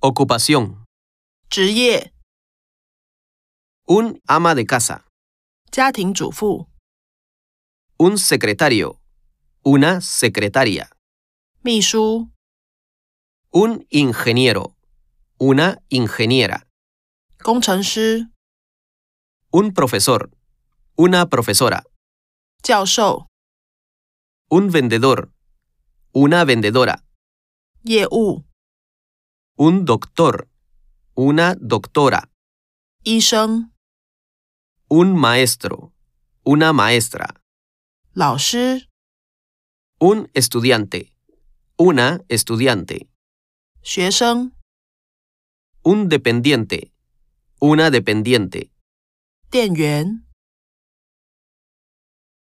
Ocupación. 职业、 Un ama de casa. 家庭主妇、 Un secretario. Una secretaria. 秘书、 Un ingeniero. Una ingeniera. 工程师、 Un profesor. Una profesora. 教授、 Un vendedor. Una vendedora. 业务、 Un doctor. Una doctora. 医生、 Un maestro. Una maestra. 老师、 Un estudiante. Una estudiante. 学生、 Un dependiente. Una dependiente. 店员。